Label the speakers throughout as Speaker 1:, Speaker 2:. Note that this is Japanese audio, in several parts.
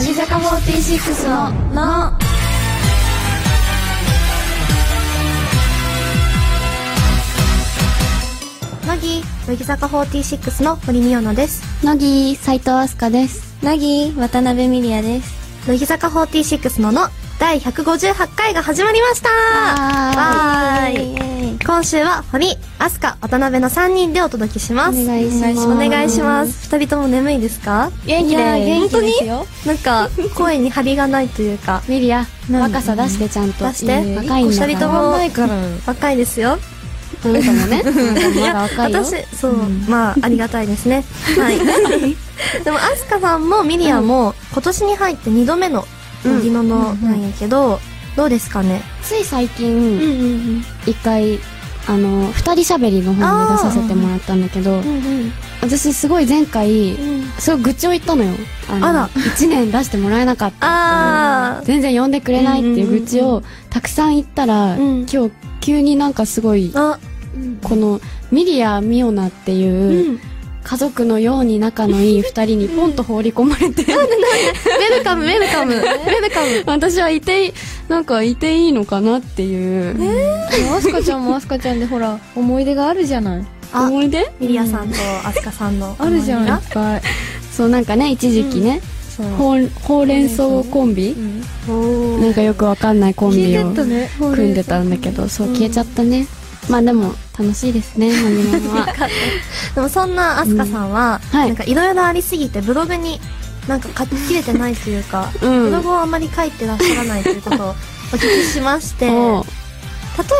Speaker 1: フィジックスの脳
Speaker 2: 乃木乃木坂46の堀美央奈です
Speaker 1: 乃木斉藤飛鳥です乃木渡辺美里也です
Speaker 2: 乃木坂46のの第158回が始まりました
Speaker 1: は
Speaker 2: わ
Speaker 1: ーい
Speaker 2: ーい今週は堀飛鳥渡辺の3人でお届けします
Speaker 1: お願いします
Speaker 2: お願いします2人とも眠いですか
Speaker 1: 元気です
Speaker 2: 本当に
Speaker 1: 元気ですよ
Speaker 2: な んか声に張りがないというか
Speaker 1: ミリア
Speaker 2: 何
Speaker 1: 若さ出してちゃんと
Speaker 2: 出して
Speaker 1: 若いんだから
Speaker 2: お二人とも若いですよ
Speaker 1: というかも ねまだ若いよ
Speaker 2: 私そう、まあありがたいです ねはい でもアスカさんもミリアも今年に入って2度目の乃木ののなんやけど、どうですかね
Speaker 3: つい最近
Speaker 2: んうん
Speaker 3: 一回あの二人しゃべりの方に出させてもらったんだけど
Speaker 2: うん
Speaker 3: 私すごい前回
Speaker 2: うん
Speaker 3: すごい愚痴を言ったのよあの
Speaker 2: あら
Speaker 3: 1年出してもらえなかった
Speaker 2: あー
Speaker 3: 全然呼んでくれないっていう愚痴
Speaker 2: うんうんう
Speaker 3: をたくさん言ったら、
Speaker 2: うん
Speaker 3: 今日急になんかすごい
Speaker 2: あ、
Speaker 3: このミリア・ミオナって
Speaker 2: う、
Speaker 3: いうん家族のように仲のいい二人にポンと放り込まれて
Speaker 2: ウェルカムウェルカムウェルカム
Speaker 3: 私はいていなんかいていいのかなっていう
Speaker 4: アスカちゃんもアスカちゃんでほら思い出があるじゃない
Speaker 2: あ
Speaker 3: 思い出
Speaker 2: ミリアさんとアスカさんの
Speaker 4: あるじゃんい
Speaker 2: な
Speaker 4: っぱい
Speaker 3: そうなんかね一時期ね、
Speaker 4: そう、
Speaker 3: ほうほうれん草コンビ、
Speaker 4: うん、
Speaker 2: おー
Speaker 3: なんかよくわかんないコン
Speaker 4: 聞い
Speaker 3: ビ
Speaker 4: て
Speaker 3: を
Speaker 4: ったね
Speaker 3: 組んでたんだけどそう
Speaker 2: うん
Speaker 3: 消えちゃったね、まあでも楽しいですね飲み物 は
Speaker 2: でもそんなアスカさんは、
Speaker 3: うんはい
Speaker 2: なんかいろいろありすぎてブログになんか書ききれてないというか、
Speaker 3: うん
Speaker 2: ブログをあんまり書いてらっしゃらないということをお聞きしまし て例
Speaker 3: おう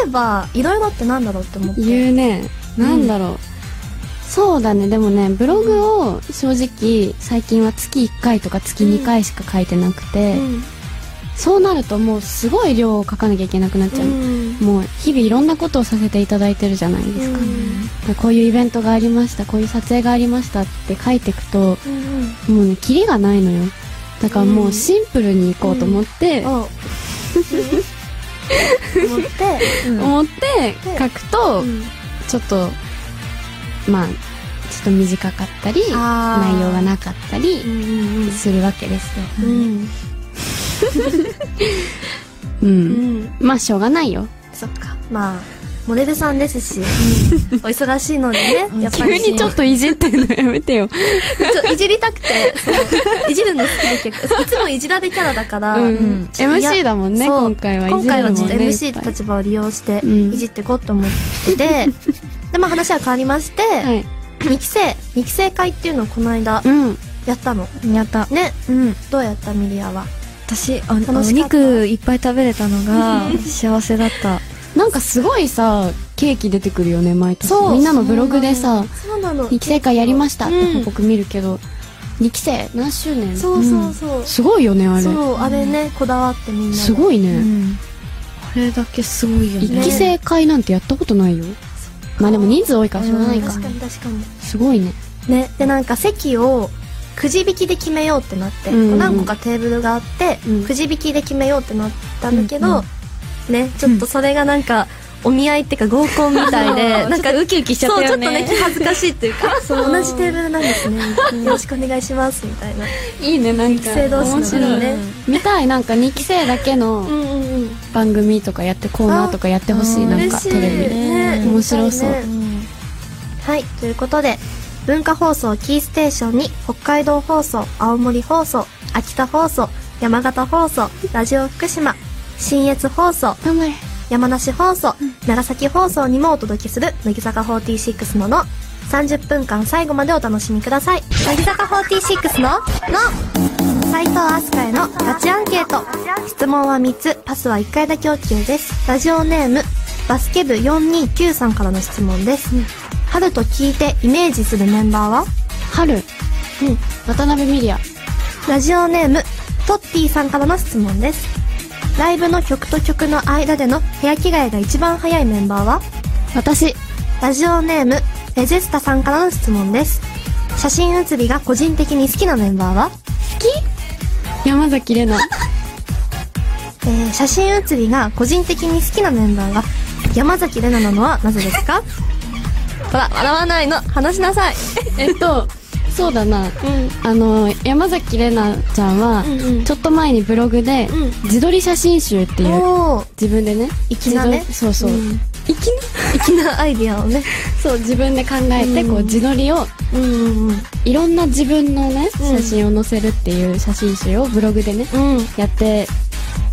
Speaker 2: えばいろいろってなんだろうって思って
Speaker 3: 言うねなんだろう、そうだねでもねブログを正直最近は月1回とか月2回しか書いてなくて、
Speaker 2: うん
Speaker 3: そうなるともうすごい量を書かなきゃいけなくなっちゃう、もう日々いろんなことをさせていただいてるじゃないですか、こういうイベントがありましたこういう撮影がありましたって書いていくと、もうねキリがないのよだからもうシンプルにいこうと思って、
Speaker 2: を思 って、
Speaker 3: 思って書くと、ちょっとまあちょっと短かったり内
Speaker 2: あー
Speaker 3: 容がなかったり
Speaker 2: んうん
Speaker 3: するわけですよ
Speaker 2: うん
Speaker 3: うん、
Speaker 2: うん
Speaker 3: まあしょうがないよ
Speaker 2: そっかまあモデルさんですし、お忙しいのでねやっぱ
Speaker 3: 急
Speaker 2: り
Speaker 3: にちょっといじってんのやめてよ
Speaker 2: ちょいじりたくてそのいじるの好きで 結構いつもいじられキャラだから、
Speaker 3: うん、
Speaker 4: ん
Speaker 3: MC だもんね
Speaker 2: そう
Speaker 3: 今回はい
Speaker 2: 今
Speaker 3: じる
Speaker 2: 回
Speaker 3: も
Speaker 2: は
Speaker 3: ん
Speaker 2: ちょっと
Speaker 3: ね
Speaker 2: MC って立場を利用して
Speaker 3: うん
Speaker 2: いじっていこうと思ってて、 でまあ話は変わりまして、
Speaker 3: はい
Speaker 2: 2期生2期生会っていうのをこの間
Speaker 3: うん
Speaker 2: やったの
Speaker 4: やった
Speaker 2: ね
Speaker 4: うん
Speaker 2: どうやったミリアは
Speaker 4: 私あの
Speaker 2: 楽
Speaker 4: お
Speaker 2: しかった
Speaker 4: 肉いっぱい食べれたのが幸せだった
Speaker 3: なんかすごいさケーキ出てくるよね毎年
Speaker 2: そう
Speaker 3: みんなのブログでさ
Speaker 2: そうなの
Speaker 3: 2期生会やりましたっ
Speaker 2: う
Speaker 3: て
Speaker 2: ん
Speaker 3: 報告見るけど、2期生何周年
Speaker 2: そうそうそう、
Speaker 3: すごいよねあれ
Speaker 2: そうあれねこだわってみんなです
Speaker 3: ごいね、
Speaker 4: うんあれだけすごいよ
Speaker 3: 一
Speaker 4: ね
Speaker 3: 期生会なんてやったことないよまあでも人数多いからしょうがないか、
Speaker 2: 確かに確かに
Speaker 3: すごいね
Speaker 2: ねでなんか席をくじ引きで決めようってなって、
Speaker 3: うんうん
Speaker 2: 何個かテーブルがあって、
Speaker 3: うん
Speaker 2: くじ引きで決めようってなったんだけど、
Speaker 4: うんう
Speaker 2: ねちょっとそれがなんか、お見合いってか合コンみたいでなんか
Speaker 4: ウキウキし
Speaker 2: そうちょっとね恥ずかしいっていうか同じテーブルなんですねよろしくお願いしますみたいない
Speaker 3: いねなんか
Speaker 2: 期生同士のね
Speaker 4: 面白
Speaker 3: 見たいなんか2期生だけ
Speaker 2: う
Speaker 3: の
Speaker 2: んうんうん
Speaker 3: 番組とかやってコーナーとかやってほしい
Speaker 4: あ
Speaker 3: なん
Speaker 2: 嬉
Speaker 3: か
Speaker 2: し
Speaker 3: テ
Speaker 2: い
Speaker 3: レビで
Speaker 2: ね
Speaker 3: 面白そう
Speaker 2: 見たいねはいということで文化放送キーステーションに北海道放送青森放送秋田放送山形放送ラジオ福島信越放送
Speaker 3: 頑張れ
Speaker 2: 山梨放送、長崎放送にもお届けする乃木坂46のの30分間最後までお楽しみください乃木坂46のの斉藤飛鳥へのガチアンケート質問は3つパスは1回だけ OK ですラジオネームバスケ部429さんからの質問です、春と聞いてイメージするメンバーは
Speaker 3: 春うん渡辺美里也
Speaker 2: ラジオネームトッティさんからの質問ですライブの曲と曲の間での部屋着替えが一番早いメンバーは
Speaker 3: 私
Speaker 2: ラジオネームレゼスタさんからの質問です写真写りが個人的に好きなメンバーは、
Speaker 3: 山崎怜奈
Speaker 2: えー写真写りが個人的に好きなメンバーが山崎怜奈 なのはなぜですかほら笑わないの話しなさい
Speaker 3: えっとそうだな
Speaker 2: うん
Speaker 3: あの山崎怜奈ちゃんは、
Speaker 2: うんうん
Speaker 3: ちょっと前にブログで、
Speaker 2: うん
Speaker 3: 自撮り写真集っていう
Speaker 2: おー
Speaker 3: 自分でね
Speaker 2: 粋なね
Speaker 3: 自撮りそうそう、
Speaker 2: うん
Speaker 3: 粋な
Speaker 2: 粋なアイディアをね
Speaker 3: そう自分で考えて、
Speaker 2: うん
Speaker 3: こう自撮りを
Speaker 2: うんうんうん
Speaker 3: いろんな自分のね
Speaker 2: うん
Speaker 3: 写真を載せるっていう写真集をブログでね、
Speaker 2: うん
Speaker 3: やって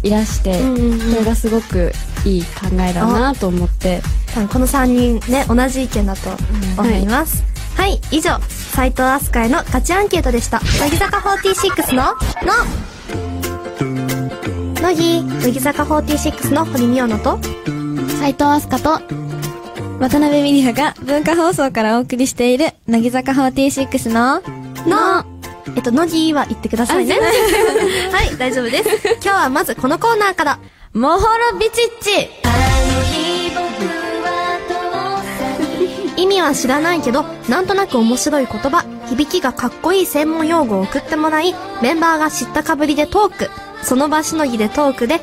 Speaker 3: いらして、
Speaker 2: うんうんうん
Speaker 3: それがすごくいい考えだなと思って
Speaker 2: 多分この3人ね同じ意見だと思います、はい、以上斉藤飛鳥へのガチアンケートでした乃木坂46の「の」乃木乃木坂46の堀美央奈と
Speaker 1: 斉藤飛鳥と渡辺美里奈が文化放送からお送りしている乃木坂46の
Speaker 2: 「の」えっと、乃木は言ってくださいね。 はい、大丈夫です。今日はまずこのコーナーから。
Speaker 1: モホロビチッチ
Speaker 2: 意味は知らないけど、なんとなく面白い言葉、響きがかっこいい専門用語を送ってもらい、メンバーが知ったかぶりでトーク、その場しのぎでトークで、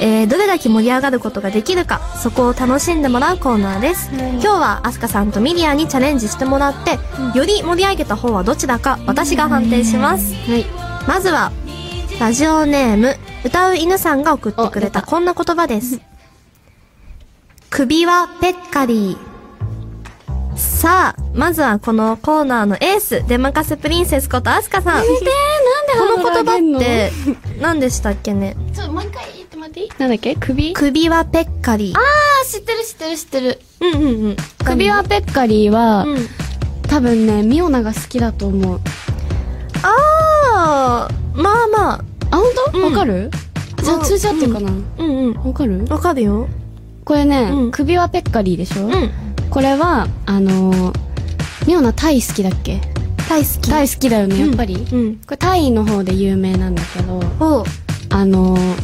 Speaker 2: えー、どれだけ盛り上がることができるか、そこを楽しんでもらうコーナーです。今日はアスカさんとミリアにチャレンジしてもらって、より盛り上げた方はどちらか、私が判定します。
Speaker 3: はい
Speaker 2: まずは、ラジオネーム、歌う犬さんが送ってくれた
Speaker 3: あ出た
Speaker 2: こんな言葉 です。首はペッカリー。さあ、まずはこのコーナーのエース、出まかせプリンセスことアスカさん。この言葉って、何でしたっけね。
Speaker 4: ちょっともう一回言ってもらっていい
Speaker 3: なんだっけ首
Speaker 2: 首はペッカリー。
Speaker 4: あー、知ってる知ってる知ってる。
Speaker 2: うんうんうん。
Speaker 3: 首はペッカリーは、
Speaker 2: うん。
Speaker 3: 多分ねミオナが好きだと思う
Speaker 2: ああ、まあまあ。
Speaker 3: あ本当
Speaker 2: うん
Speaker 3: わ、かるじゃあ
Speaker 2: うん
Speaker 3: 通じ合ってるかなわ、
Speaker 2: うんうん。
Speaker 3: かる
Speaker 2: わかるよ。
Speaker 3: これね、
Speaker 2: うん
Speaker 3: 首はペッカリーでしょ、
Speaker 2: うん。
Speaker 3: これはあのー、ミオナタイ好きだっけ
Speaker 2: 大好き。
Speaker 3: タイ好きだよねやっぱり、こ
Speaker 2: うん。
Speaker 3: れタイの方で有名なんだけど
Speaker 2: おう。
Speaker 3: あのー、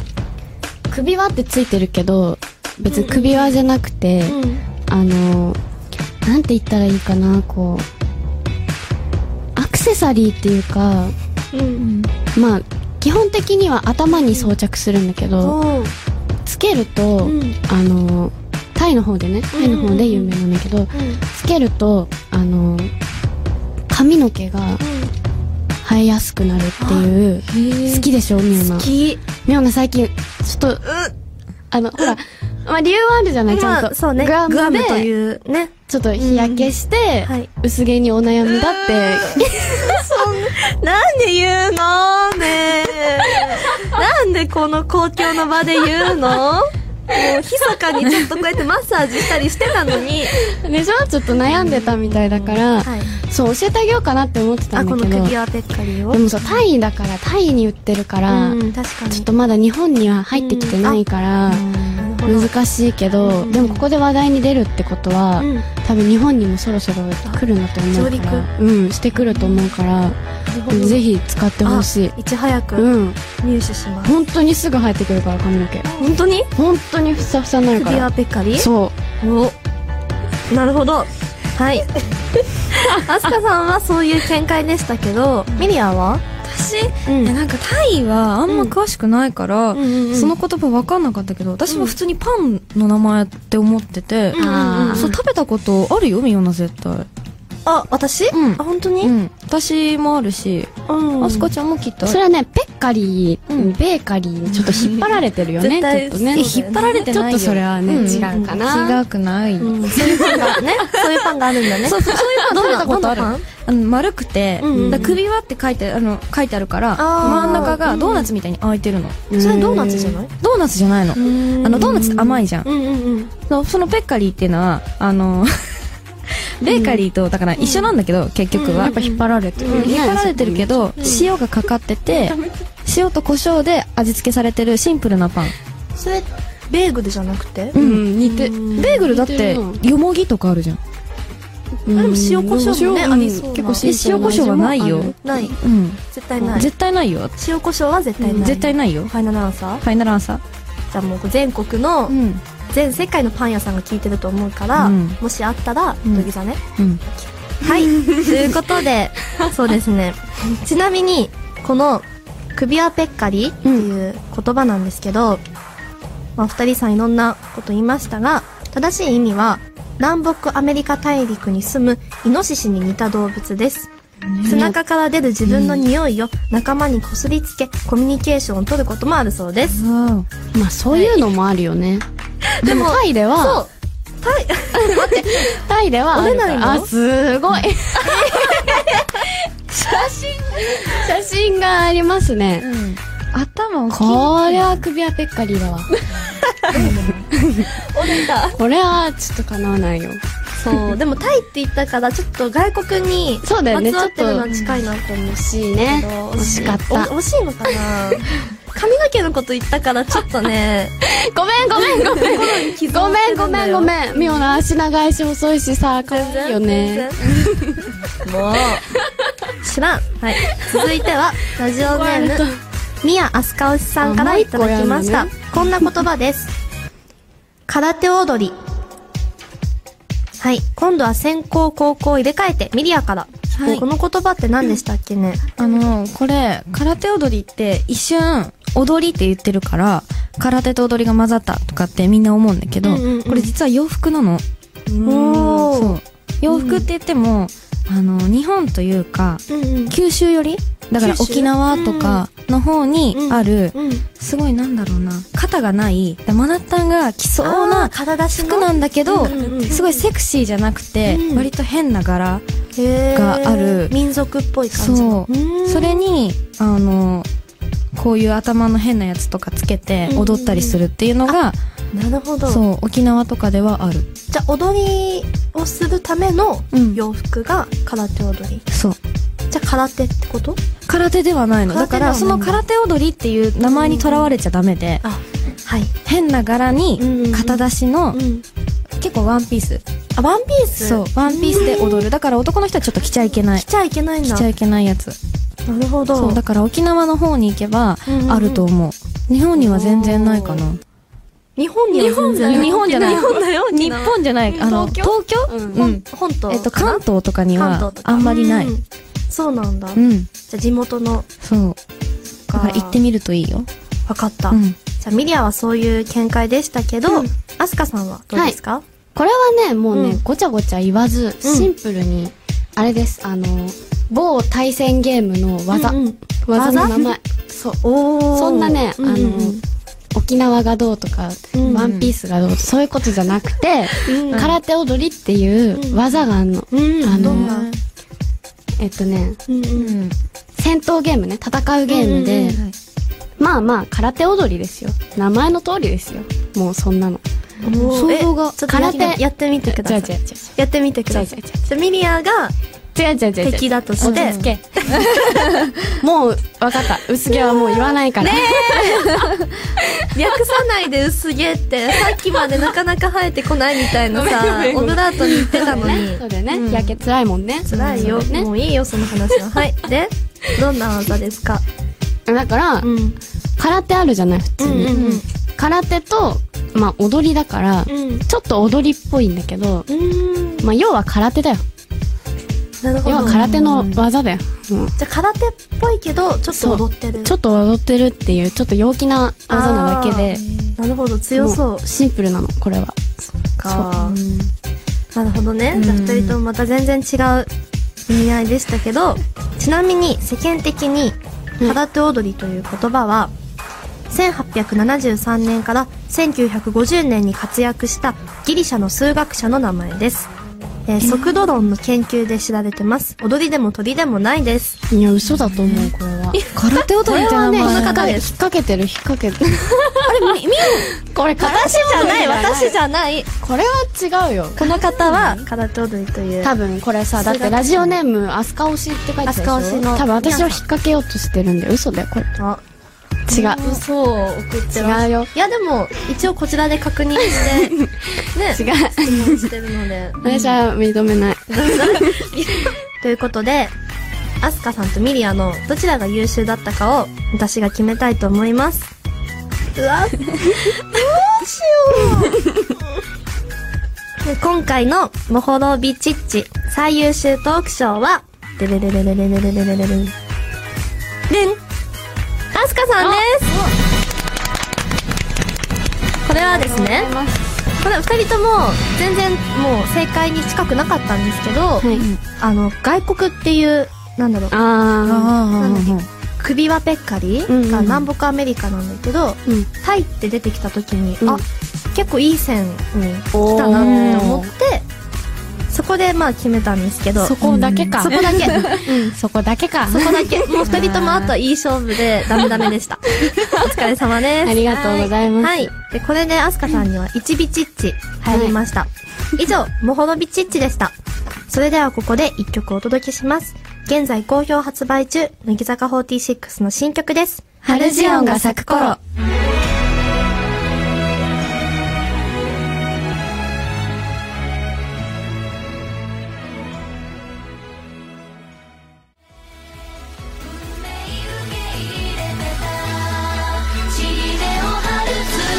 Speaker 3: 首輪ってついてるけど別に首輪じゃなくて、
Speaker 2: うん。
Speaker 3: あのー、なんて言ったらいいかなこうアクセサリーっていうか
Speaker 2: うん。
Speaker 3: まあ基本的には頭に装着するんだけど、
Speaker 2: おう。
Speaker 3: つけると、
Speaker 2: うん
Speaker 3: あのタイの方でねタイの方で有名なんだけど、
Speaker 2: うん。
Speaker 3: つけるとあの髪の毛が生えやすくなるっていう好きでしょミオナ
Speaker 2: 好き。
Speaker 3: ミオナ最近ちょっとあのほら、まあ、理由はあるじゃないちゃんと、
Speaker 2: まあ、そうね。
Speaker 3: グ
Speaker 2: グ
Speaker 3: ア
Speaker 2: ア
Speaker 3: ム
Speaker 2: ム
Speaker 3: で
Speaker 2: という ね。
Speaker 3: ちょっと日焼けして、
Speaker 2: はい
Speaker 3: 薄毛にお悩みだって
Speaker 2: なんで言うのねえ。なんでこの公共の場で言うのもう、密かにちょっとこうやってマッサージしたりしてたのに。
Speaker 3: でしょちょっと悩んでたみたいだから、
Speaker 2: はい。
Speaker 3: そう教えてあげようかなって思ってた
Speaker 2: あ、
Speaker 3: んだ
Speaker 2: こ
Speaker 3: け
Speaker 2: の
Speaker 3: ど
Speaker 2: 首はペッカリを。
Speaker 3: でもさタイだからタイに売ってるから、
Speaker 2: うん、確かに。
Speaker 3: ちょっとまだ日本には入ってきてないから、
Speaker 2: なるほど
Speaker 3: 難しいけど、
Speaker 2: うん
Speaker 3: でもここで話題に出るってことは、
Speaker 2: うん
Speaker 3: 多分日本にもそろそろ来るんだと思うか
Speaker 2: 上
Speaker 3: らうんしてくると思うからぜひ使ってほしい
Speaker 2: いち早く
Speaker 3: うん
Speaker 2: 入手します。
Speaker 3: 本当にすぐ生えてくるから髪の毛
Speaker 2: 本当に
Speaker 3: 本当にふさふさになるか
Speaker 2: 首は
Speaker 3: ら
Speaker 2: ペッカリ
Speaker 3: そ
Speaker 2: おなるほど はいアスカさんはそういう見解でしたけどミリアは
Speaker 5: 私、
Speaker 2: うん
Speaker 5: いやなんかタイはあんま詳しくないから、
Speaker 2: うんうんうん
Speaker 5: その言葉分かんなかったけど私は普通にパンの名前って思ってて、
Speaker 3: うあ
Speaker 5: そう食べたことあるよみよな絶対、
Speaker 2: あ私、
Speaker 5: うん
Speaker 2: あ本当に、
Speaker 5: うん、私もあるし、
Speaker 2: うん
Speaker 5: あすかちゃんもきっ
Speaker 3: あ
Speaker 5: とあ
Speaker 3: それ
Speaker 5: る
Speaker 3: はねペッカリー、
Speaker 5: うん
Speaker 3: ベーカリーにちょっと引っ張られてるよね
Speaker 2: 絶
Speaker 3: ち
Speaker 2: 対
Speaker 3: ょっとね
Speaker 2: そうだよね引っ張られて
Speaker 3: ちょっとそれはね、
Speaker 5: うん
Speaker 3: 違うかな、
Speaker 4: 違うくない、
Speaker 2: うんそういうパンがねそういうパンがあるんだね
Speaker 5: そうそうそういうパン食べたことある
Speaker 2: どんな
Speaker 5: あの丸くて、
Speaker 2: うんうん
Speaker 5: だから首輪って書いてあの書いてあるから
Speaker 2: あー
Speaker 5: 真ん中がドーナツみたいに開いてるの、
Speaker 3: うん
Speaker 2: それドーナツじゃない
Speaker 5: ドーナツじゃないの、あのドーナツって甘いじゃん、
Speaker 2: うんうんうん
Speaker 5: そうそのペッカリーっていうのはあのベーカリーとだから一緒なんだけど、結局は、
Speaker 3: やっぱ引っ張られてるよね、
Speaker 5: 引っ張られてるけど、塩がかかってて塩と胡椒で味付けされてるシンプルなパン
Speaker 2: それベーグルじゃなくて、
Speaker 5: う
Speaker 3: うんん似て
Speaker 5: ベーグルだって
Speaker 3: 似
Speaker 5: よもぎとかあるじゃん
Speaker 3: うん
Speaker 2: あでも塩コショウもね
Speaker 3: うん
Speaker 2: ありそうな
Speaker 3: 結構
Speaker 5: で塩コショウはないよ
Speaker 2: ない
Speaker 5: うん
Speaker 2: 絶対ない
Speaker 5: 絶対ないよ
Speaker 2: 塩コショウは絶対ない、
Speaker 5: 絶対ないよフ
Speaker 2: ファイナルアンサー
Speaker 5: ァイナルアンサ
Speaker 2: じゃあもう全国の、
Speaker 5: ーうん
Speaker 2: 全世界のパン屋さんが聞いてると思うから、
Speaker 5: うん
Speaker 2: もしあったら
Speaker 5: うん
Speaker 2: 土下座ね、
Speaker 5: うん
Speaker 2: はいということでそうですねちなみにこの「首輪ペッカリ」っていう言葉なんですけど、まあ、二人さんいろんなこと言いましたが正しい意味は南北アメリカ大陸に住むイノシシに似た動物です背中から出る自分の匂いを仲間にこすりつけ、コミュニケーションを取ることもあるそうです。
Speaker 3: まあそういうのもあるよね。でもタイでは、タイ、待って、タイではあるから、
Speaker 2: 折れないの
Speaker 3: あ、すごい。写真、写真がありますね。
Speaker 4: 頭を切
Speaker 3: これは首はペッカリーだわ。これはちょっと叶わないよ。
Speaker 2: そう。でもタイって言ったから、ちょっと外国に、
Speaker 3: そうだよね
Speaker 2: まつわってるのは
Speaker 3: ちょっと
Speaker 2: 近いなと思うし。
Speaker 3: しいね。惜しかった。
Speaker 2: お惜しいのかな髪の毛のこと言ったから、ちょっ とね、
Speaker 3: ごめんごめんごめん。
Speaker 2: 傷
Speaker 3: ご
Speaker 2: を負っ
Speaker 3: め
Speaker 2: て
Speaker 3: ん
Speaker 2: る
Speaker 3: ご
Speaker 2: んだ
Speaker 3: めん
Speaker 2: よ
Speaker 3: ごめん。ミオの足長いし細いしさ、可
Speaker 2: 全
Speaker 3: 愛
Speaker 2: 然
Speaker 3: いよね。。
Speaker 2: 全然もう、知らん。はい。続いては、ラジオネーム、宮飛鳥しさんからいただきまし
Speaker 3: あ
Speaker 2: た。
Speaker 3: もう
Speaker 2: こんな言葉です。空手踊り。はい。今度は先行高校入れ替えて、ミリアから。
Speaker 5: はい
Speaker 2: この言葉って何でしたっけね。
Speaker 5: あの、これ、空手踊りって一瞬、踊りって言ってるから、空手と踊りが混ざったとかってみんな思うんだけど、
Speaker 2: うんうんうん
Speaker 5: これ実は洋服なの。
Speaker 2: お
Speaker 5: そう。洋服って言っても、あの、日本というか、
Speaker 2: うんうん。
Speaker 5: 九州よりだから
Speaker 2: 九州
Speaker 5: 沖縄とかの方にある、
Speaker 2: うん。
Speaker 5: すごいなんだろうな、肩がない、だマナッタンが着そう
Speaker 2: あー
Speaker 5: な
Speaker 2: 体し
Speaker 5: 服なんだけど、
Speaker 2: うんうんうん
Speaker 5: すごいセクシーじゃなくて、
Speaker 2: うん
Speaker 5: 割と変な柄。
Speaker 2: が
Speaker 5: がある
Speaker 2: 民族っぽい感じの
Speaker 5: そう
Speaker 2: ーん
Speaker 5: それに、あの、こういう頭の変なやつとかつけて
Speaker 2: うん
Speaker 5: 踊ったりするっていうのが、
Speaker 2: なるほど
Speaker 5: そう、沖縄とかではある。
Speaker 2: じゃあ踊りをするための
Speaker 5: うん
Speaker 2: 洋服が空手踊り、
Speaker 5: そう。
Speaker 2: じゃあ空手ってこと
Speaker 5: 空手ではないの。
Speaker 2: 空
Speaker 5: だ
Speaker 2: 手で
Speaker 5: か
Speaker 2: はない
Speaker 5: ら、その空手踊りっていう名前にとらわれちゃダメで、
Speaker 2: あはい、
Speaker 5: 変な柄
Speaker 2: うん
Speaker 5: に、肩出しの、
Speaker 2: うん、
Speaker 5: 結構ワンピース。
Speaker 2: あワンピース
Speaker 5: そう、ワンピースで踊る。だから男の人はちょっと着ちゃいけない
Speaker 2: 着。ちゃいけないん
Speaker 5: 着
Speaker 2: だ
Speaker 5: ちゃいけないやつ。
Speaker 2: なるほど
Speaker 5: そう、だから沖縄の方に行けば
Speaker 2: うんうんう、ん
Speaker 5: あると思う。日本には全然ないかな。
Speaker 2: 日本には全然
Speaker 5: 日本じゃない。
Speaker 2: 日本だよ
Speaker 5: 日本じゃない。あの、東京うん。
Speaker 2: 本島
Speaker 5: えっと、関東とかに
Speaker 2: 関東
Speaker 5: は
Speaker 2: とか。
Speaker 5: あんまりないう
Speaker 2: んそうなんだ、
Speaker 5: う
Speaker 2: じ
Speaker 5: ん。
Speaker 2: ゃあ地元の
Speaker 5: そう。だから行ってみるといいよ。
Speaker 2: 分かった、
Speaker 5: う
Speaker 2: じ
Speaker 5: ん。
Speaker 2: ゃあミリアはそういう見解でしたけど、アスカさんはどうですか、
Speaker 3: これはね、もうね、
Speaker 2: うん
Speaker 3: ごちゃごちゃ言わず、シンプルに、あれです、あの、某対戦ゲームの技、
Speaker 2: うんうん
Speaker 3: 技の名
Speaker 2: 技
Speaker 3: 前、そう、
Speaker 2: おー
Speaker 3: そんなね、
Speaker 2: うんうんうん
Speaker 3: あの、沖縄がどうとか、
Speaker 2: うんうん
Speaker 3: ワンピースがどうとか、そういうことじゃなくて、
Speaker 2: うん
Speaker 3: 空手踊りっていう技があんの。
Speaker 2: うん
Speaker 3: あの
Speaker 2: どんな
Speaker 3: えっとね、
Speaker 2: うんうん
Speaker 5: うん。
Speaker 3: 戦闘ゲームね、戦うゲームで、
Speaker 5: うんはい
Speaker 3: まあまあ、空手踊りですよ。名前の通りですよ。もうそんなの。
Speaker 2: おーえ
Speaker 3: 想像が
Speaker 2: ちょっとやって
Speaker 3: 空手
Speaker 2: やってみてください
Speaker 3: 違う違う違う
Speaker 2: やってみてください
Speaker 3: 違う違う
Speaker 2: じゃあミリアが
Speaker 3: 違う違う違う違う。
Speaker 2: 敵だとし
Speaker 3: 落
Speaker 2: て
Speaker 3: ち着け。 もう、わかった。薄毛はもう言わないから。
Speaker 2: 略さないで薄毛ってさっきまでなかなか生えてこないみたいなさオブラートに言ってたのに
Speaker 3: そうだよね。焼け辛いもんね。
Speaker 2: 辛いよ、
Speaker 3: そうだ
Speaker 2: も
Speaker 3: ね。
Speaker 2: ういいよその話 ははいでどんな技ですか
Speaker 3: だから
Speaker 2: う、ん
Speaker 3: 空手あるじゃない、普
Speaker 2: う
Speaker 3: 通
Speaker 2: ん
Speaker 3: に。空手と、まあ、踊りだから、
Speaker 2: うんうん
Speaker 3: ちょっと踊りっぽいんだけど、
Speaker 2: うん
Speaker 3: まあ、要は空手だよ。
Speaker 2: なるほ
Speaker 3: 要は
Speaker 2: ど
Speaker 3: 空手の技だよ。うん
Speaker 2: じゃあ空手っぽいけどちょっと踊ってる
Speaker 3: ちょっと踊ってるっていう、ちょっと陽気な技なだけで、
Speaker 2: なるほど強そ
Speaker 3: もシンプルなの、これは。
Speaker 2: うかなるほどね。じゃあ二人ともまた全然違う意味合いでしたけど、ちなみに世間的に空手踊りという言葉は、1873年から1950年に活躍したギリシャの数学者の名前です。えー速度論の研究で知られてます。踊りでも鳥でもないです。
Speaker 3: いや、嘘だと思う、これは。
Speaker 5: 空手踊りって名前。
Speaker 2: こ
Speaker 3: 引っ
Speaker 2: れはねその方
Speaker 3: 掛け
Speaker 2: で
Speaker 3: 引っ
Speaker 2: す
Speaker 3: 掛けてる、引っ掛けて る。これ、み、み、これ、私じゃない、
Speaker 2: 私じゃない。
Speaker 3: これは違うよ。
Speaker 2: この方は空手踊りという。
Speaker 3: 多分これさ、だってラジオネーム、アスカ推しって書いてたでしょ
Speaker 2: 飛鳥推しの
Speaker 3: 多分私を引っ掛けようとしてるんで、嘘だよ、これ。
Speaker 2: あ
Speaker 3: 違う。
Speaker 2: 嘘を送ってます
Speaker 3: 違うよ。
Speaker 2: いやでも一応こちらで確認して ね
Speaker 3: 違う
Speaker 2: 質問してるの で
Speaker 3: 私は認めない。
Speaker 2: ということでアスカさんとミリアのどちらが優秀だったかを私が決めたいと思いますうわどうしようで今回の「モホロビチッチ」最優秀トーク賞はでれれれれれれれれれれれれんアスカさんですこれはですねこれ2人とも全然もう正解に近くなかったんですけど、
Speaker 3: はい。
Speaker 2: あの外国っていうなんだろう
Speaker 3: あ
Speaker 5: あ
Speaker 2: なんだっけ
Speaker 5: ー
Speaker 2: 首輪ペッカリ
Speaker 3: うんうん
Speaker 2: が南北アメリカなんだけど、
Speaker 3: ーうん
Speaker 2: タイって出てきた時に、
Speaker 3: うん
Speaker 2: あ結構いい線に来たなって思ってそこでまあ決めたんですけど
Speaker 3: そ
Speaker 2: そ
Speaker 3: こだけか
Speaker 2: こだけ
Speaker 3: うんそこだけか
Speaker 2: そこだ けもう2人ともあとはいい勝負でダメダメでしたお疲れ様です
Speaker 3: ありがとうございます
Speaker 2: はいでこれでアスカさんには1ビチッチ入りました、以上「モホロビチッチ」でしたそれではここで1曲お届けします現在好評発売中乃木坂46の新曲です
Speaker 1: 春ジオンが咲く頃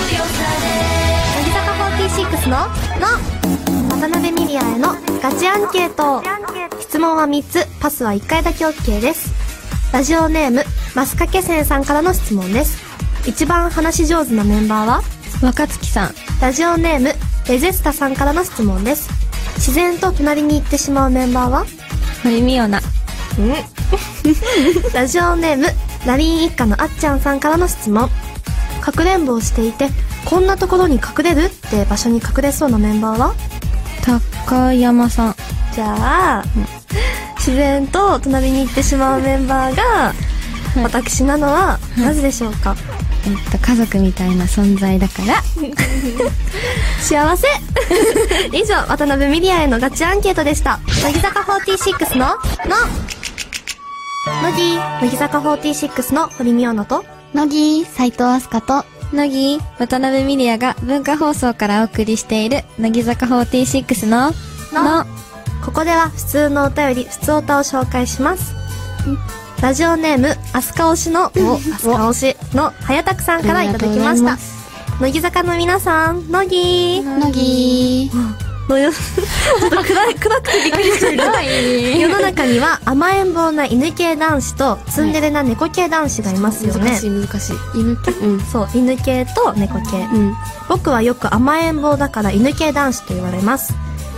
Speaker 2: 乃木坂46の「の」渡辺ミリアへのガチアンケート質問は3つパスは1回だけ OK ですラジオネームマスカケセンさんからの質問です一番話し上手なメンバーは
Speaker 5: 若月さん
Speaker 2: ラジオネームレゼスタさんからの質問です自然と隣に行ってしまうメンバーは
Speaker 5: 堀美央奈
Speaker 2: ラジオネームラリン一家のあっちゃんさんからの質問かくれんぼをしていてこんなところに隠れるって場所に隠れそうなメンバーは
Speaker 5: 高山さん
Speaker 2: じゃあ、自然と隣に行ってしまうメンバーが、私なのは、なぜでしょうか、
Speaker 5: えっと家族みたいな存在だから
Speaker 2: 幸 せ以上、渡辺ミリアへのガチアンケートでした。乃木坂46の、の乃木、乃木坂46の堀美央奈と、
Speaker 1: 乃木斉藤飛鳥と乃木渡辺美里也が文化放送からお送りしている乃木坂46の
Speaker 2: のここでは普通のお便り、普通おたを紹介します。ラジオネーム、アスカ推しの、お、アスカ推しの、早拓さんからいただきました。乃木坂の皆さん、乃木
Speaker 3: 乃木
Speaker 2: のよちょっと暗い暗くてびっくりしてる世の中には甘えん坊な犬系男子とツンデレな猫系男子がいますよね、
Speaker 3: 難しい難しい犬系うん
Speaker 2: そう犬系と猫系、
Speaker 3: うん
Speaker 2: 僕はよく甘えん坊だから犬系男子と言われます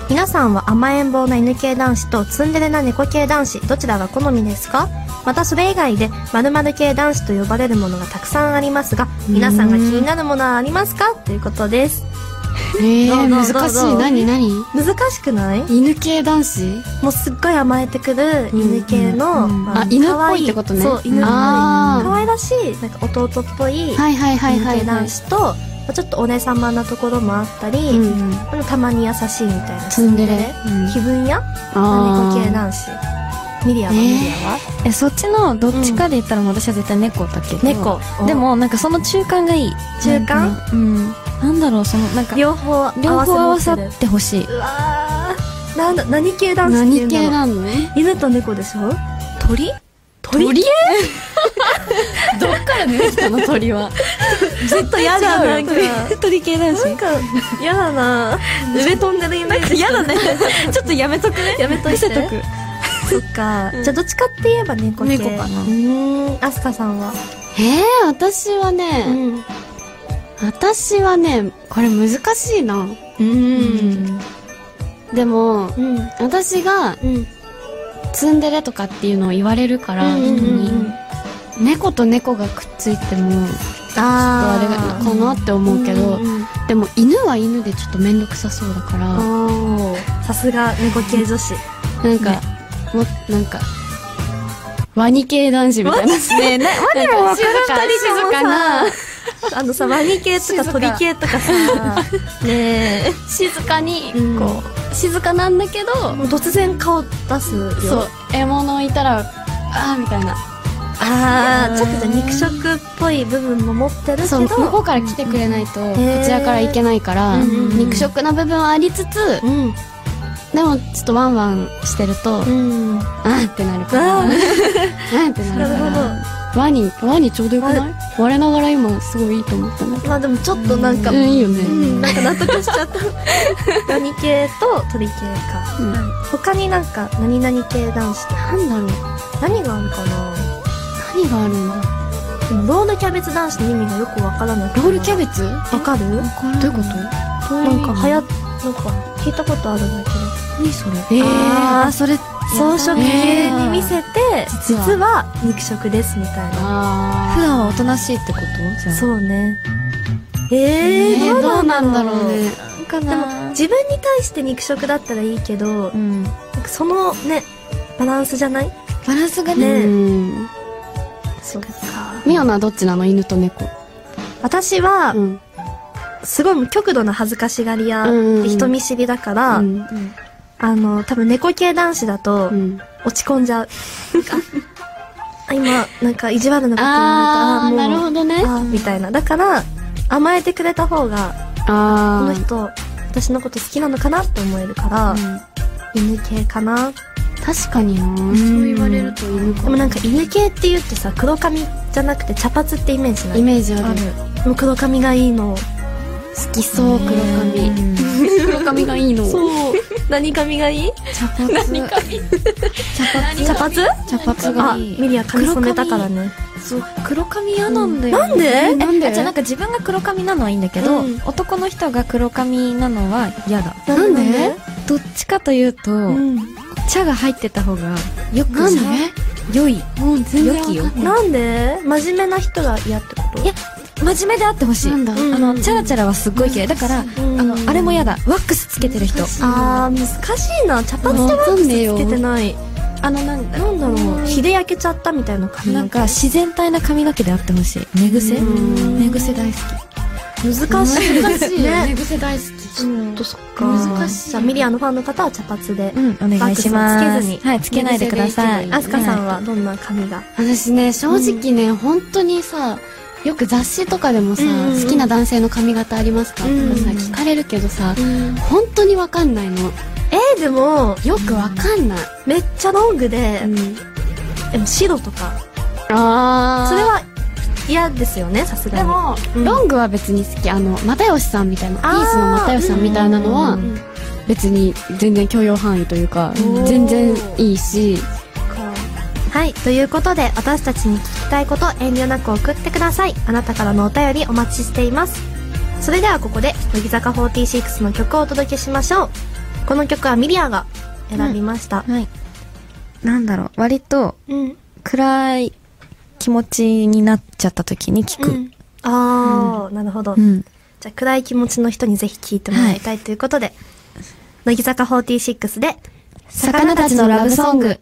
Speaker 2: 皆さんは甘えん坊な犬系男子とツンデレな猫系男子どちらが好みですかまたそれ以外で〇〇系男子と呼ばれるものがたくさんありますが皆さんが気になるものはありますかということです
Speaker 3: え
Speaker 2: どう
Speaker 3: ー、
Speaker 2: どう
Speaker 3: 難し
Speaker 2: どうど
Speaker 3: いう何何
Speaker 2: 難しくない
Speaker 3: 犬系男子
Speaker 2: もうすっごい甘えてくる犬系の、
Speaker 5: うんうん
Speaker 2: ま
Speaker 3: あ犬っぽい
Speaker 2: 可愛
Speaker 3: ってことね
Speaker 2: そう犬っぽい
Speaker 3: あー
Speaker 2: 可愛らしいなんか弟っぽい
Speaker 3: はいはいはいは
Speaker 2: 犬
Speaker 3: い
Speaker 2: 系
Speaker 3: はい
Speaker 2: 男子と、まあちょっとお姉様なところもあったり、
Speaker 3: う
Speaker 2: で
Speaker 3: ん
Speaker 2: もたまに優しいみたいな
Speaker 3: ツンデレ
Speaker 2: 気分屋
Speaker 3: あ
Speaker 2: 猫系
Speaker 3: ー
Speaker 2: 男子ミリアは
Speaker 3: ねえ
Speaker 2: ミリアは、
Speaker 5: えそっちのどっちかで言ったらもう私は絶対猫だけど
Speaker 2: 猫
Speaker 5: でもなんかその中間がいい
Speaker 2: 中間
Speaker 5: なんかねうんなんだろうそのなんか
Speaker 2: 両方
Speaker 5: 両方合
Speaker 2: 合
Speaker 5: わ
Speaker 2: わせ
Speaker 5: さ
Speaker 2: 持ってる
Speaker 5: ってほしいう
Speaker 2: わーなんだ何系男子っていうん
Speaker 3: 何
Speaker 2: だろ
Speaker 3: 系
Speaker 2: う
Speaker 3: なのね
Speaker 2: 犬と猫でしょ
Speaker 5: 鳥
Speaker 2: 鳥
Speaker 3: どっから出てきたの鳥 は
Speaker 2: ちょっと嫌だなんか
Speaker 5: 鳥系 男
Speaker 2: なんか嫌 だな上飛んでるイメージ嫌だね
Speaker 5: ちょっとやめとくね
Speaker 2: やめといて
Speaker 5: 伏せとく
Speaker 2: そっか、じゃあどっちかって言えば猫系
Speaker 5: 猫かな
Speaker 2: うーんアスカさんは
Speaker 3: えー、私はね、
Speaker 2: ん
Speaker 3: 私はねこれ難しいな
Speaker 2: うん
Speaker 3: でも
Speaker 2: うん
Speaker 3: 私が
Speaker 2: うん
Speaker 3: ツンデレとかっていうのを言われるから、
Speaker 2: うん
Speaker 3: 人
Speaker 2: うん
Speaker 3: に猫と猫がくっついてもあ
Speaker 2: あ
Speaker 3: れがかなって思うけど、
Speaker 2: うんうん
Speaker 3: でも犬は犬でちょっと面倒くさそうだから、
Speaker 2: おーさすが猫系女子
Speaker 3: なんか、もなんかワニ系男子みたいな
Speaker 5: ねえね
Speaker 3: ワニも分かる静かな
Speaker 2: あのさワニ系とか鳥系とかさねえ
Speaker 3: 静かにこう、
Speaker 2: うん
Speaker 3: 静かなんだけど、
Speaker 2: もう突然顔出すよ
Speaker 3: そう獲物いたらあーみたいな
Speaker 2: ああちょっとじゃあ肉食っぽい部分も持ってるけ
Speaker 3: そう
Speaker 2: ど
Speaker 3: 向こうから来てくれないとこ
Speaker 2: ー
Speaker 3: ちらから行けないから、
Speaker 2: うんうんうん
Speaker 3: 肉食な部分はありつつ、
Speaker 2: うん
Speaker 3: でもちょっとワンワンしてると、
Speaker 2: うん
Speaker 3: あーってなるから
Speaker 2: あ
Speaker 3: あーってなるか
Speaker 2: なるほど
Speaker 3: らワニワニちょうどよくない我ながら今すごいいいと思ったんだけ
Speaker 2: まあでもちょっとなんか
Speaker 3: どうんいいよね、
Speaker 2: うん、なんか納得しちゃった。何系と鳥系か。
Speaker 3: うん
Speaker 2: 他になんか、何々系男子とか。
Speaker 3: なんだろう
Speaker 2: 何があるかな
Speaker 3: 何があるんだ
Speaker 2: でもロールキャベツ男子の意味がよくわからない。
Speaker 3: ロールキャ
Speaker 2: ベ
Speaker 3: ベツ
Speaker 2: ツわかるなん
Speaker 3: どういうこと
Speaker 2: か、はや、なんか、聞いたことあるんだけど。
Speaker 5: 何それ
Speaker 3: えー、
Speaker 2: あ
Speaker 5: あーそれ
Speaker 2: 装飾級に見せて
Speaker 3: 実は
Speaker 2: 実は肉食ですみたいな
Speaker 3: あ
Speaker 5: 普段はおとなしいってことじゃあ
Speaker 2: そうねえー、
Speaker 3: ね
Speaker 2: どうなんだろう
Speaker 3: どうなんだろうね
Speaker 5: うか
Speaker 2: でも自分に対して肉食だったらいいけど、
Speaker 5: うん
Speaker 2: なんかそのねバランスじゃない
Speaker 5: バランスが
Speaker 3: う
Speaker 5: ね
Speaker 3: ん
Speaker 2: そうか
Speaker 3: ミオナはどっちなの犬と猫
Speaker 2: 私は
Speaker 3: うん
Speaker 2: すごい極度の恥ずかしがり屋
Speaker 3: うん
Speaker 2: で人見知りだから、
Speaker 3: うん
Speaker 2: あの多分猫系男子だと
Speaker 3: うん
Speaker 2: 落ち込んじゃう、あ今なんか意地悪なこと言わ
Speaker 3: あ
Speaker 2: れ
Speaker 3: あな
Speaker 2: た
Speaker 3: るほどね
Speaker 2: あーみたいなだから甘えてくれた方がこ
Speaker 3: あ
Speaker 2: の人私のこと好きなのかなって思えるから、犬系かな
Speaker 3: あ確かにな
Speaker 5: そう言われる
Speaker 3: と犬
Speaker 2: でもなんか犬系って言うとさ黒髪じゃなくて茶髪ってイメージな
Speaker 3: イ
Speaker 2: い
Speaker 3: メージあ
Speaker 5: あ
Speaker 3: る
Speaker 5: る
Speaker 2: もう黒髪がいいの
Speaker 3: 好きそう黒
Speaker 5: う
Speaker 3: 髪
Speaker 5: ん
Speaker 3: 黒髪がいいの
Speaker 2: そう 何髪がいい
Speaker 5: 茶髪
Speaker 2: 茶髪
Speaker 3: 茶髪が
Speaker 2: あ
Speaker 3: いい
Speaker 2: ミリア髪染めたからね
Speaker 5: そう黒髪嫌なんだよ、
Speaker 2: なんで
Speaker 5: え
Speaker 3: なんで
Speaker 5: あじゃあなんか自分が黒髪なのはいいんだけど、
Speaker 2: うん
Speaker 5: 男の人が黒髪なのは嫌だ
Speaker 2: なんで
Speaker 5: どっちかというと、茶が入ってた方がよく
Speaker 3: なんで
Speaker 5: 良い
Speaker 3: もう全然わかん
Speaker 5: 良き
Speaker 3: ない
Speaker 2: なんで真面目な人が嫌ってこと
Speaker 5: いや真面目であってほしい
Speaker 3: なんだ
Speaker 5: あのチャラチャラはすっごい嫌いだから、
Speaker 2: うん
Speaker 5: あのあれも嫌だワックスつけてる人
Speaker 2: あー難しいな茶髪でワックスつけてない
Speaker 5: あのなんだ
Speaker 2: なんだろう日で焼けちゃったみたいな髪
Speaker 5: なんか
Speaker 2: 難し
Speaker 5: 自然体な髪の毛であってほしい寝癖
Speaker 3: うん
Speaker 5: 寝癖大好
Speaker 2: い
Speaker 3: 難しいよ
Speaker 2: ね
Speaker 3: 寝癖大好
Speaker 2: ちょっとそっか
Speaker 3: 難しい
Speaker 2: じゃあミリアのファンの方は茶髪で
Speaker 5: きうんお願いします
Speaker 2: ワックスはつけずに
Speaker 5: はいつけないでくださ
Speaker 3: 寝
Speaker 5: い
Speaker 3: 癖が
Speaker 2: アスカさん
Speaker 5: は
Speaker 2: はどんな髪が
Speaker 3: き私ね正直ね本当にさよく雑誌とかでもさ
Speaker 2: うんうん
Speaker 3: 好きな男性の髪型ありますかとかさ聞かれるけどさ本当にわかんないの
Speaker 2: えーでも
Speaker 3: よくわかんない
Speaker 2: めっちゃロングででも白とか
Speaker 3: あ
Speaker 2: それは嫌ですよねさすが
Speaker 3: で
Speaker 2: に
Speaker 3: も、
Speaker 2: うん
Speaker 3: ロングは別に好きあの又吉さんみたいなピ
Speaker 2: あー
Speaker 3: ースの又吉さんみたいなのは
Speaker 2: うん
Speaker 3: 別に全然許容範囲というか
Speaker 2: おー
Speaker 3: 全然いいし
Speaker 2: はいということで私たちに聞きたいこと遠慮なく送ってくださいあなたからのお便りお待ちしていますそれではここで乃木坂46の曲をお届けしましょうこの曲はミリアが選びました
Speaker 5: い、はい、なんだろう割と
Speaker 2: うん、
Speaker 5: 暗い気持ちになっちゃった時に聞
Speaker 2: う
Speaker 5: く、
Speaker 2: ん、ああ、なるほど、
Speaker 5: うん
Speaker 2: じゃあ暗い気持ちの人にぜひ聴いてもらいたいということで、乃木坂46で
Speaker 5: 魚たちのラブソング。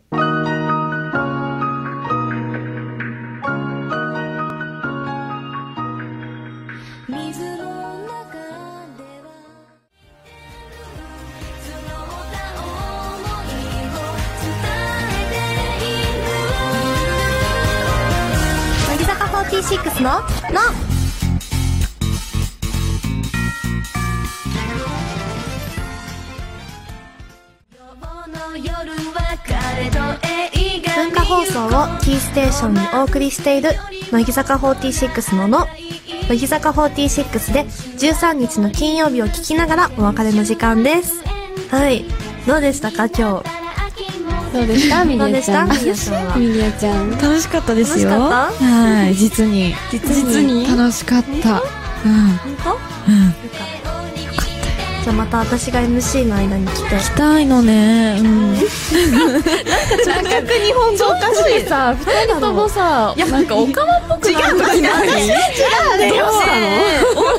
Speaker 2: 乃木坂46の「の」文化放送をキーステーションにお送りしている乃木坂46の「の」乃木坂46で13日の金曜日を聞きながらお別れの時間ですはいどうでしたか今日
Speaker 3: どうでしたミ
Speaker 2: どう
Speaker 3: リ
Speaker 2: で
Speaker 3: ア
Speaker 2: し
Speaker 3: ちゃん
Speaker 2: たミリアさんは
Speaker 3: ミリアちゃん
Speaker 5: 楽しかったですよ
Speaker 2: 楽しかっ
Speaker 5: はい実に
Speaker 3: 実に
Speaker 4: 楽しかった。
Speaker 2: 本当じゃあまた私が MC の間に来て
Speaker 5: 行きたいのねうん
Speaker 2: さ2人とも
Speaker 3: さいやなんかおかまっぽくなる時ない違うねどうし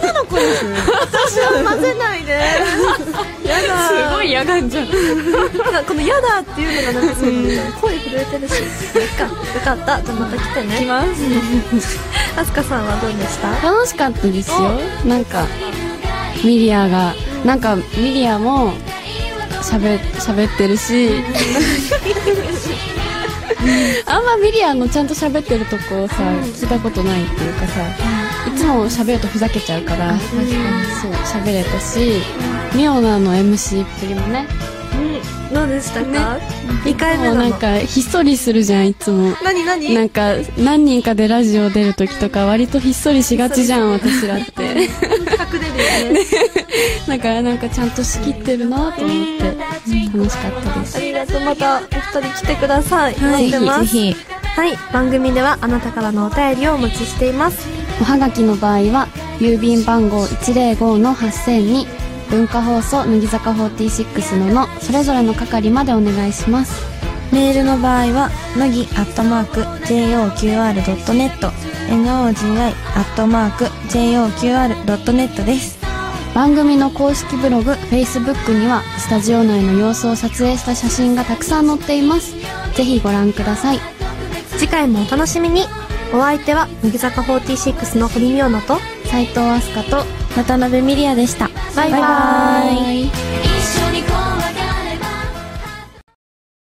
Speaker 3: たの
Speaker 2: 混ぜないでやだ
Speaker 3: すごい嫌がんじゃん
Speaker 2: なんかこの「やだ」っていうのがなんかすごい声震えてるしよかよかったじゃあまた来てね来ますあすかさんはどうでした
Speaker 3: 楽しかったですよなんかミリアがなんかミリアも喋喋ってる しあんまミリアのちゃんと喋ってるとこをさ聞いたことないっていうかさいつも喋るとふざけちゃうからそう喋れたしミオナの MC っぷりもね
Speaker 2: うんどうでしたか、二2回目
Speaker 3: もう
Speaker 2: な
Speaker 3: なん
Speaker 2: の
Speaker 3: かひっそりするじゃんいつも
Speaker 2: 何何
Speaker 3: なんか何人かでラジオ出るときとか割とひっそりしがちじゃん私らって
Speaker 2: 隠れるよね
Speaker 3: だからなんかちゃんと仕切ってるなと思って楽しかったです
Speaker 2: ありがとうまたお二人来てください、待ってます
Speaker 5: ぜひぜひ
Speaker 2: はい番組ではあなたからのお便りをお待ちしています
Speaker 3: おはがきの場合は郵便番号105の8000に文化放送乃木坂46ののそれぞれの係までお願いします
Speaker 5: メールの場合は、乃木アットマーク JOQR.net、NOGI アットマーク JOQR.net です。
Speaker 3: 番組の公式ブログ Facebook にはスタジオ内の様子を撮影した写真がたくさん載っていますぜひご覧ください
Speaker 2: 次回もお楽しみにお相手は乃木坂46の堀美央奈と
Speaker 3: 斉藤飛鳥と
Speaker 5: 渡辺美里也でした。
Speaker 2: バイバイ
Speaker 3: イ
Speaker 1: 「今